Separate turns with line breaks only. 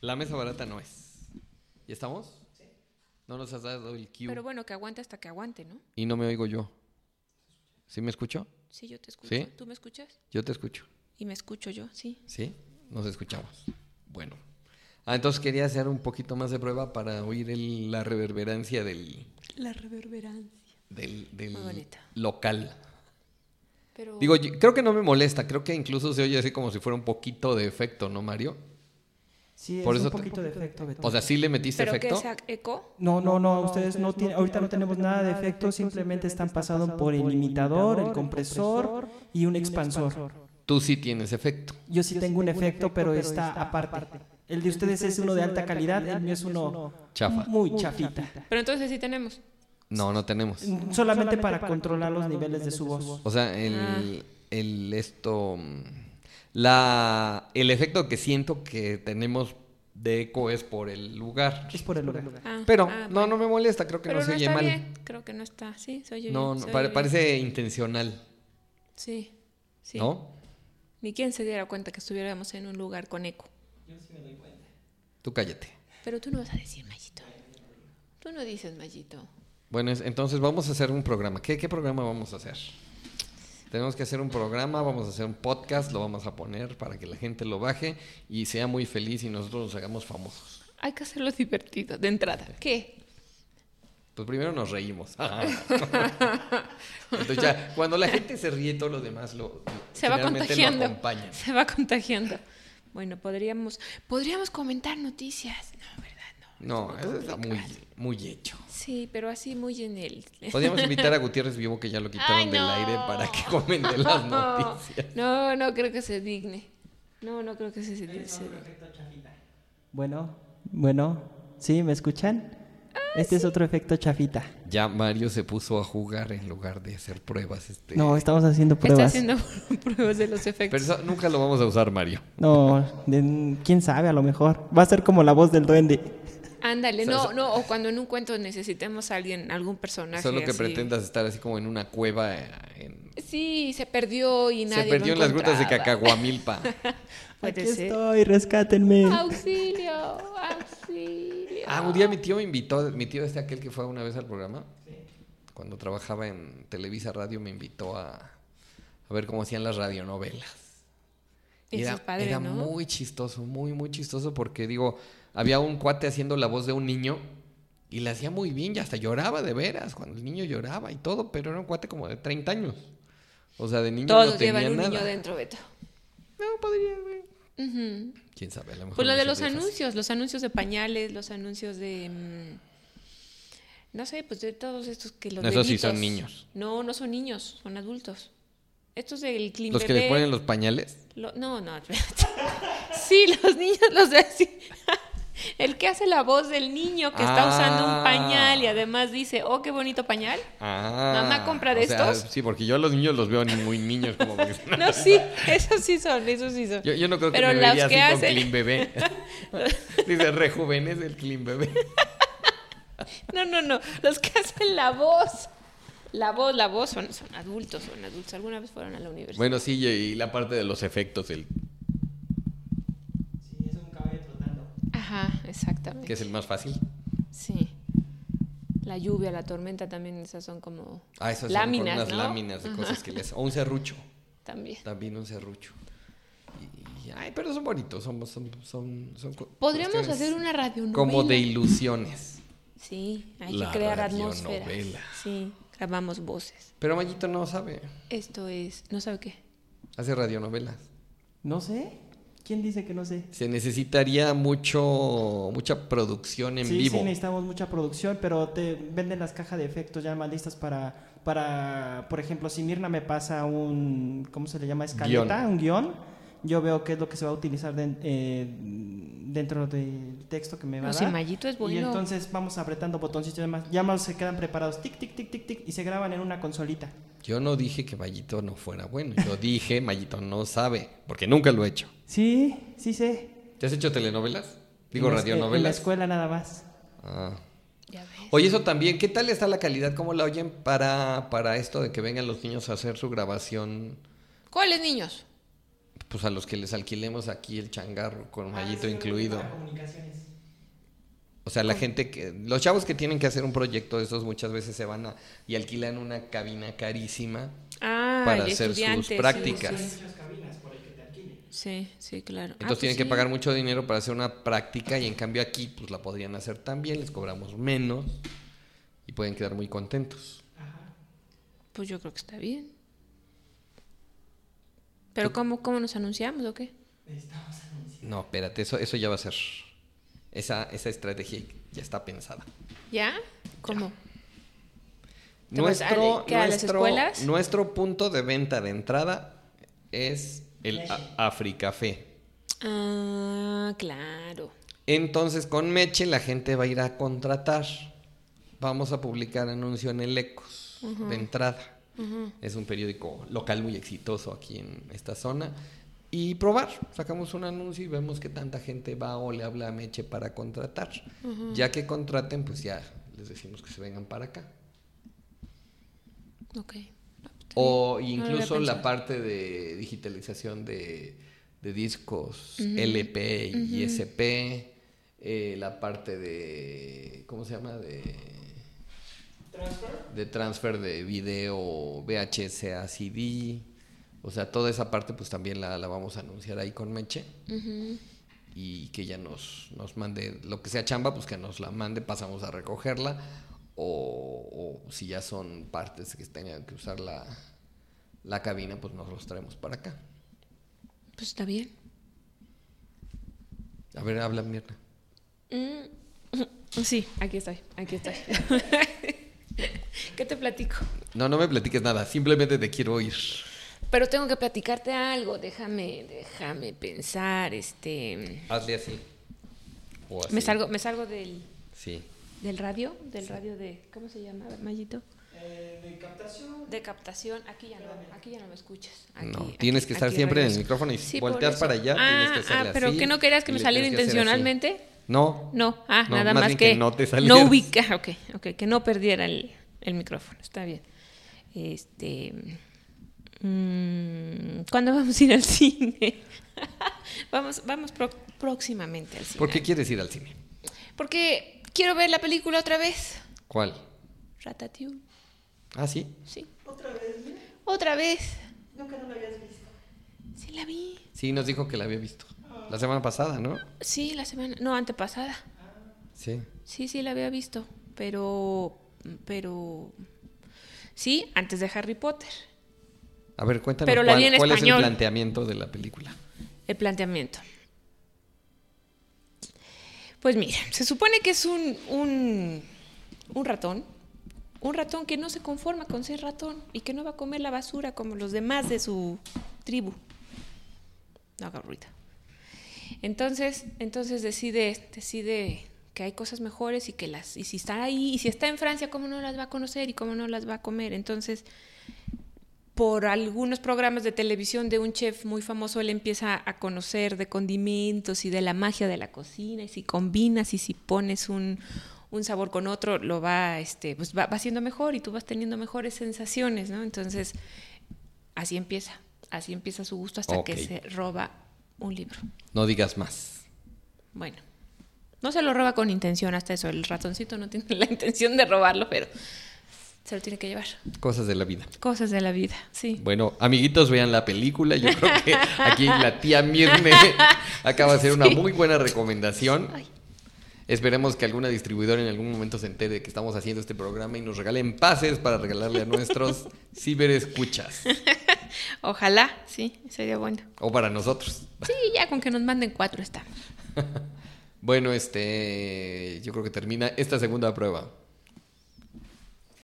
La mesa barata no es. ¿Y estamos? Sí. No nos has dado el cue.
Pero bueno, que aguante hasta que aguante, ¿no?
Y no me oigo yo. ¿Sí me escucho?
Sí, yo te escucho.
¿Sí?
¿Tú me escuchas?
Yo te escucho.
Y me escucho yo, sí.
¿Sí? Nos escuchamos. Bueno. Ah, entonces quería hacer un poquito más de prueba para oír el- la reverberancia del,
La reverberancia.
del, del
Muy bonita.
local.
Pero
Digo, yo- creo que no me molesta, creo que incluso se oye así como si fuera un poquito de efecto, ¿no, Mario?
Sí,
Por
es
eso
un
te-
poquito de efecto, Beto.
O sea, ¿sí le metiste
¿pero que
efecto?
sea eco.
No, no, no, ustedes no tienen, ahorita no tenemos nada de efecto, simplemente están pasando por el limitador, el compresor y un expansor.
Tú sí tienes efecto.
Yo sí tengo un efecto, pero está aparte. El de ustedes es uno de alta calidad, el mío es uno
Chafa.
muy chafita.
Pero entonces sí tenemos.
No, no tenemos.
Solamente para controlar los niveles de su voz.
O sea, el, el esto... mm, La, el efecto que siento que tenemos de eco es por el lugar.
Es por el lugar.
Ah,
Pero
ah,
no, no me molesta, creo que no
Pero no,
se oye
está
mal.
bien. Creo que no está. Sí, soy yo.
No, no, pare- parece intencional,
Sí, sí.
¿no?
Ni quien se diera cuenta que estuviéramos en un lugar con eco.
Tú cállate.
Pero tú no vas a decir Mayito. Tú no dices Mayito.
Bueno, es- entonces vamos a hacer un programa. ¿Qué, qué programa vamos a hacer? Tenemos que hacer un programa, vamos a hacer un podcast, lo vamos a poner para que la gente lo baje y sea muy feliz y nosotros nos hagamos famosos.
Hay que hacerlo divertido, de entrada. ¿Qué?
Pues primero nos reímos. Entonces ya, cuando la gente se ríe, todo lo demás lo,
Se va
generalmente
contagiando.
lo acompaña.
Se va contagiando. Bueno, podríamos, podríamos comentar noticias. No, ¿verdad? No.
No, eso está muy,
complicado.
muy hecho.
Sí, pero así muy en el...
Podríamos invitar a Gutiérrez Vivo, que ya lo quitaron
Ay,
del
no.
aire, para que comente las noticias.
No, no creo que se digne. No, no creo que se, se- se digne.
Bueno, bueno, ¿sí? ¿Me escuchan? Este es otro efecto chafita.
Ya Mario se puso a jugar en lugar de hacer pruebas. Este...
No, estamos haciendo
Está
pruebas.
haciendo pruebas de los efectos.
Pero eso nunca lo vamos a usar, Mario.
No, de- quién sabe, a lo mejor. Va a ser como la voz del duende.
Ándale,
So-
no,
so-
no, o cuando en un cuento necesitemos a alguien, algún personaje.
Solo que
así.
pretendas estar así como en una cueva. eh, en-
Sí, se perdió y nadie.
Se
lo
perdió en las grutas de
encontraba.
Cacahuamilpa.
Puede
Aquí
ser.
estoy, rescátenme.
Auxilio, auxilio.
ah, un día mi tío me invitó. Mi tío este aquel que fue una vez al programa. Cuando trabajaba en Televisa Radio me invitó a, a ver cómo hacían las radionovelas. Y
Eso
era
es padre,
era
¿no?
muy chistoso, muy, muy chistoso porque digo, había un cuate haciendo la voz de un niño y la hacía muy bien y hasta lloraba de veras, cuando el niño lloraba y todo, pero era un cuate como de 30 años. O sea, de niño no
Todos
tenía
llevan un
nada.
niño dentro, Beto.
No, podría, güey.
Ujú.
Quién sabe, a lo mejor.
Pues lo
no
de
se
los
ve fácil.
anuncios, los anuncios de pañales, los anuncios de. mm, No sé, pues de todos estos que los.
No, esos sí
deditos.
son niños.
No, no son niños, son adultos. Estos del Clean
Los que les
Bebé,
ponen los pañales.
lo- No, no, espérate. Sí, los niños, los de. sí. El que hace la voz del niño que está usando
Ah.
un pañal y además dice, oh, qué bonito pañal.
Ah,
Mamá, compra de
o sea,
estos.
Sí, porque yo a los niños los veo ni muy niños como que-
No, sí, esos sí son, esos sí son.
Yo, yo no creo que
Pero
me
las
vería así
que
con
hacen-
Clean Bebé. Dice, rejuvenece el Clean Bebé.
No, no, no. Los que hacen la voz. La voz, la voz son, son adultos, son adultos. Alguna vez fueron a la universidad.
Bueno, sí, y y la parte de los efectos, el
Ajá, exactamente.
que es el más fácil.
Sí. La lluvia, la tormenta también, esas son como
Ah, esas son con
láminas,
unas
¿no?
láminas de
Ajá,
cosas que les... O un serrucho,
También.
también un serrucho. Y- y- ay, pero son bonitos, son, son, son, son cu-
Podríamos
cuestiones
hacer una radionovela.
Como de ilusiones.
Sí, hay
La
que crear atmósfera.
radionovela.
Sí, grabamos voces.
Pero Mayito no sabe,
Esto es, no sabe qué.
hace radionovelas.
No sé. ¿Quién dice que no sé?
Se necesitaría mucho, mucha producción en
sí,
vivo.
sí, necesitamos mucha producción, pero te venden las cajas de efectos ya mal listas para, para, por ejemplo, si Mirna me pasa un, ¿cómo se le llama? Escaleta,
Guión.
un guión. Yo veo qué es lo que se va a utilizar den- eh, dentro del texto que me va
No,
a
si
dar.
Mayito es
Y
bueno.
entonces vamos apretando botoncitos y demás. Ya más se quedan preparados, tic, tic, tic, tic, tic, y se graban en una consolita.
Yo no dije que Mayito no fuera bueno. Yo dije, Mayito no sabe, porque nunca lo he hecho.
Sí, sí sé.
¿Te has hecho telenovelas? Digo,
En la- En la
radionovelas.
escuela nada más.
Ah.
Ya ves.
Oye, eso también, ¿qué tal está la calidad? ¿Cómo la oyen para, para esto de que vengan los niños a hacer su grabación?
¿Cuáles niños?
pues a los que les alquilemos aquí el changarro con
Ah,
mallito
sí,
incluido.
para comunicaciones.
O sea, la gente que, los chavos que tienen que hacer un proyecto de esos muchas veces se van a, y alquilan una cabina carísima.
Ah,
Para
y
hacer sus
estudiantes, sí,
prácticas.
sí,
Muchas cabinas por el que te alquilen.
Sí, sí, claro. Ah,
Entonces
pues
tienen que
sí.
pagar mucho dinero para hacer una práctica y en cambio aquí pues la podrían hacer también, les cobramos menos y pueden quedar muy contentos.
Pues yo creo que está bien. ¿Pero cómo, cómo nos anunciamos o qué?
Necesitamos anunciar.
No, espérate, eso, eso ya va a ser. Esa, esa estrategia ya está pensada.
¿Ya? ¿Cómo? ¿Te vas a-
Nuestro,
qué, a las
nuestro-
escuelas?
nuestro punto de venta de entrada es el a- Africafé.
Ah, claro.
Entonces con Meche la gente va a ir a contratar. Vamos a publicar anuncio en el Ecos de entrada. Es un periódico local muy exitoso aquí en esta zona. Y probar, sacamos un anuncio y vemos que tanta gente va o le habla a Meche para contratar. Ya que contraten, pues ya les decimos que se vengan para acá.
Ok.
O
bien. No lo
incluso
había
la
pensado.
parte de digitalización de, de discos LP y SP, eh, la parte de, ¿cómo se llama? De, de transfer de video VHS a CD. O sea, toda esa parte pues también la, la vamos a anunciar ahí con Meche. Y que ella nos, nos mande lo que sea chamba, pues que nos la mande, pasamos a recogerla. O, o si ya son partes que tengan que usar la, la cabina, pues nos los traemos para acá.
Pues está bien.
A ver, habla mierda.
Mm, Sí, aquí estoy, aquí estoy. ¿Qué te platico?
No, no me platiques nada, simplemente te quiero oír.
Pero tengo que platicarte algo, déjame, déjame pensar, este...
Hazle así. O así.
Me salgo, me salgo del,
Sí.
del radio, del radio de... ¿Cómo se llama, Mayito?
Eh, de captación.
De captación, aquí ya no, aquí ya no me escuchas. Aquí,
No,
aquí,
tienes que estar
aquí
siempre en
regreso.
el micrófono y
Sí,
voltear
por eso.
para allá.
Ah,
tienes que hacerle
ah, pero
así,
¿qué no querías
y
que me
le
saliera
tienes que hacer así.
intencionalmente?
No.
No, ah,
No,
nada más,
bien
que,
no te
no
salieras.
ubica, ah, ok, ok, que no perdiera el, el micrófono, está bien. Este, mm, ¿cuándo vamos a ir al cine? vamos, vamos pro- próximamente al cine.
¿Por qué quieres ir al cine?
Porque quiero ver la película otra vez.
¿Cuál?
Ratatouille,
Ah, sí.
sí,
Otra vez, mira.
otra vez.
Nunca no lo habías visto.
Sí la vi.
Sí, nos dijo que la había visto. La semana pasada, ¿no?
Sí, la semana, no, antepasada.
Sí.
Sí, sí, la había visto, pero, pero, sí, antes de Harry Potter.
A ver, cuéntanos
Pero la
cuál,
vi en
cuál es el
español.
planteamiento de la película.
El planteamiento. Pues mira, se supone que es un, un, un ratón, un ratón que no se conforma con ser ratón y que no va a comer la basura como los demás de su tribu. No haga ruido. Entonces, entonces decide, decide que hay cosas mejores y que las, y si está ahí, y si está en Francia, ¿cómo no las va a conocer y cómo no las va a comer? Entonces, por algunos programas de televisión de un chef muy famoso, él empieza a conocer de condimentos y de la magia de la cocina, y si combinas y si pones un, un sabor con otro, lo va, este, pues va, va siendo mejor y tú vas teniendo mejores sensaciones, ¿no? Entonces, así empieza, así empieza su gusto hasta
Ok.
que se roba un libro.
No digas más.
Bueno, no se lo roba con intención hasta eso. El ratoncito no tiene la intención de robarlo, pero se lo tiene que llevar.
Cosas de la vida.
Cosas de la vida, sí.
Bueno, amiguitos, vean la película. Yo creo que aquí la tía Mirne acaba de hacer una muy buena recomendación.
Ay.
Esperemos que alguna distribuidora en algún momento se entere que estamos haciendo este programa y nos regalen pases para regalarle a nuestros ciberescuchas.
Ojalá, sí, sería bueno.
O para nosotros.
Sí, ya con que nos manden cuatro está.
Bueno, este, yo creo que termina esta segunda prueba.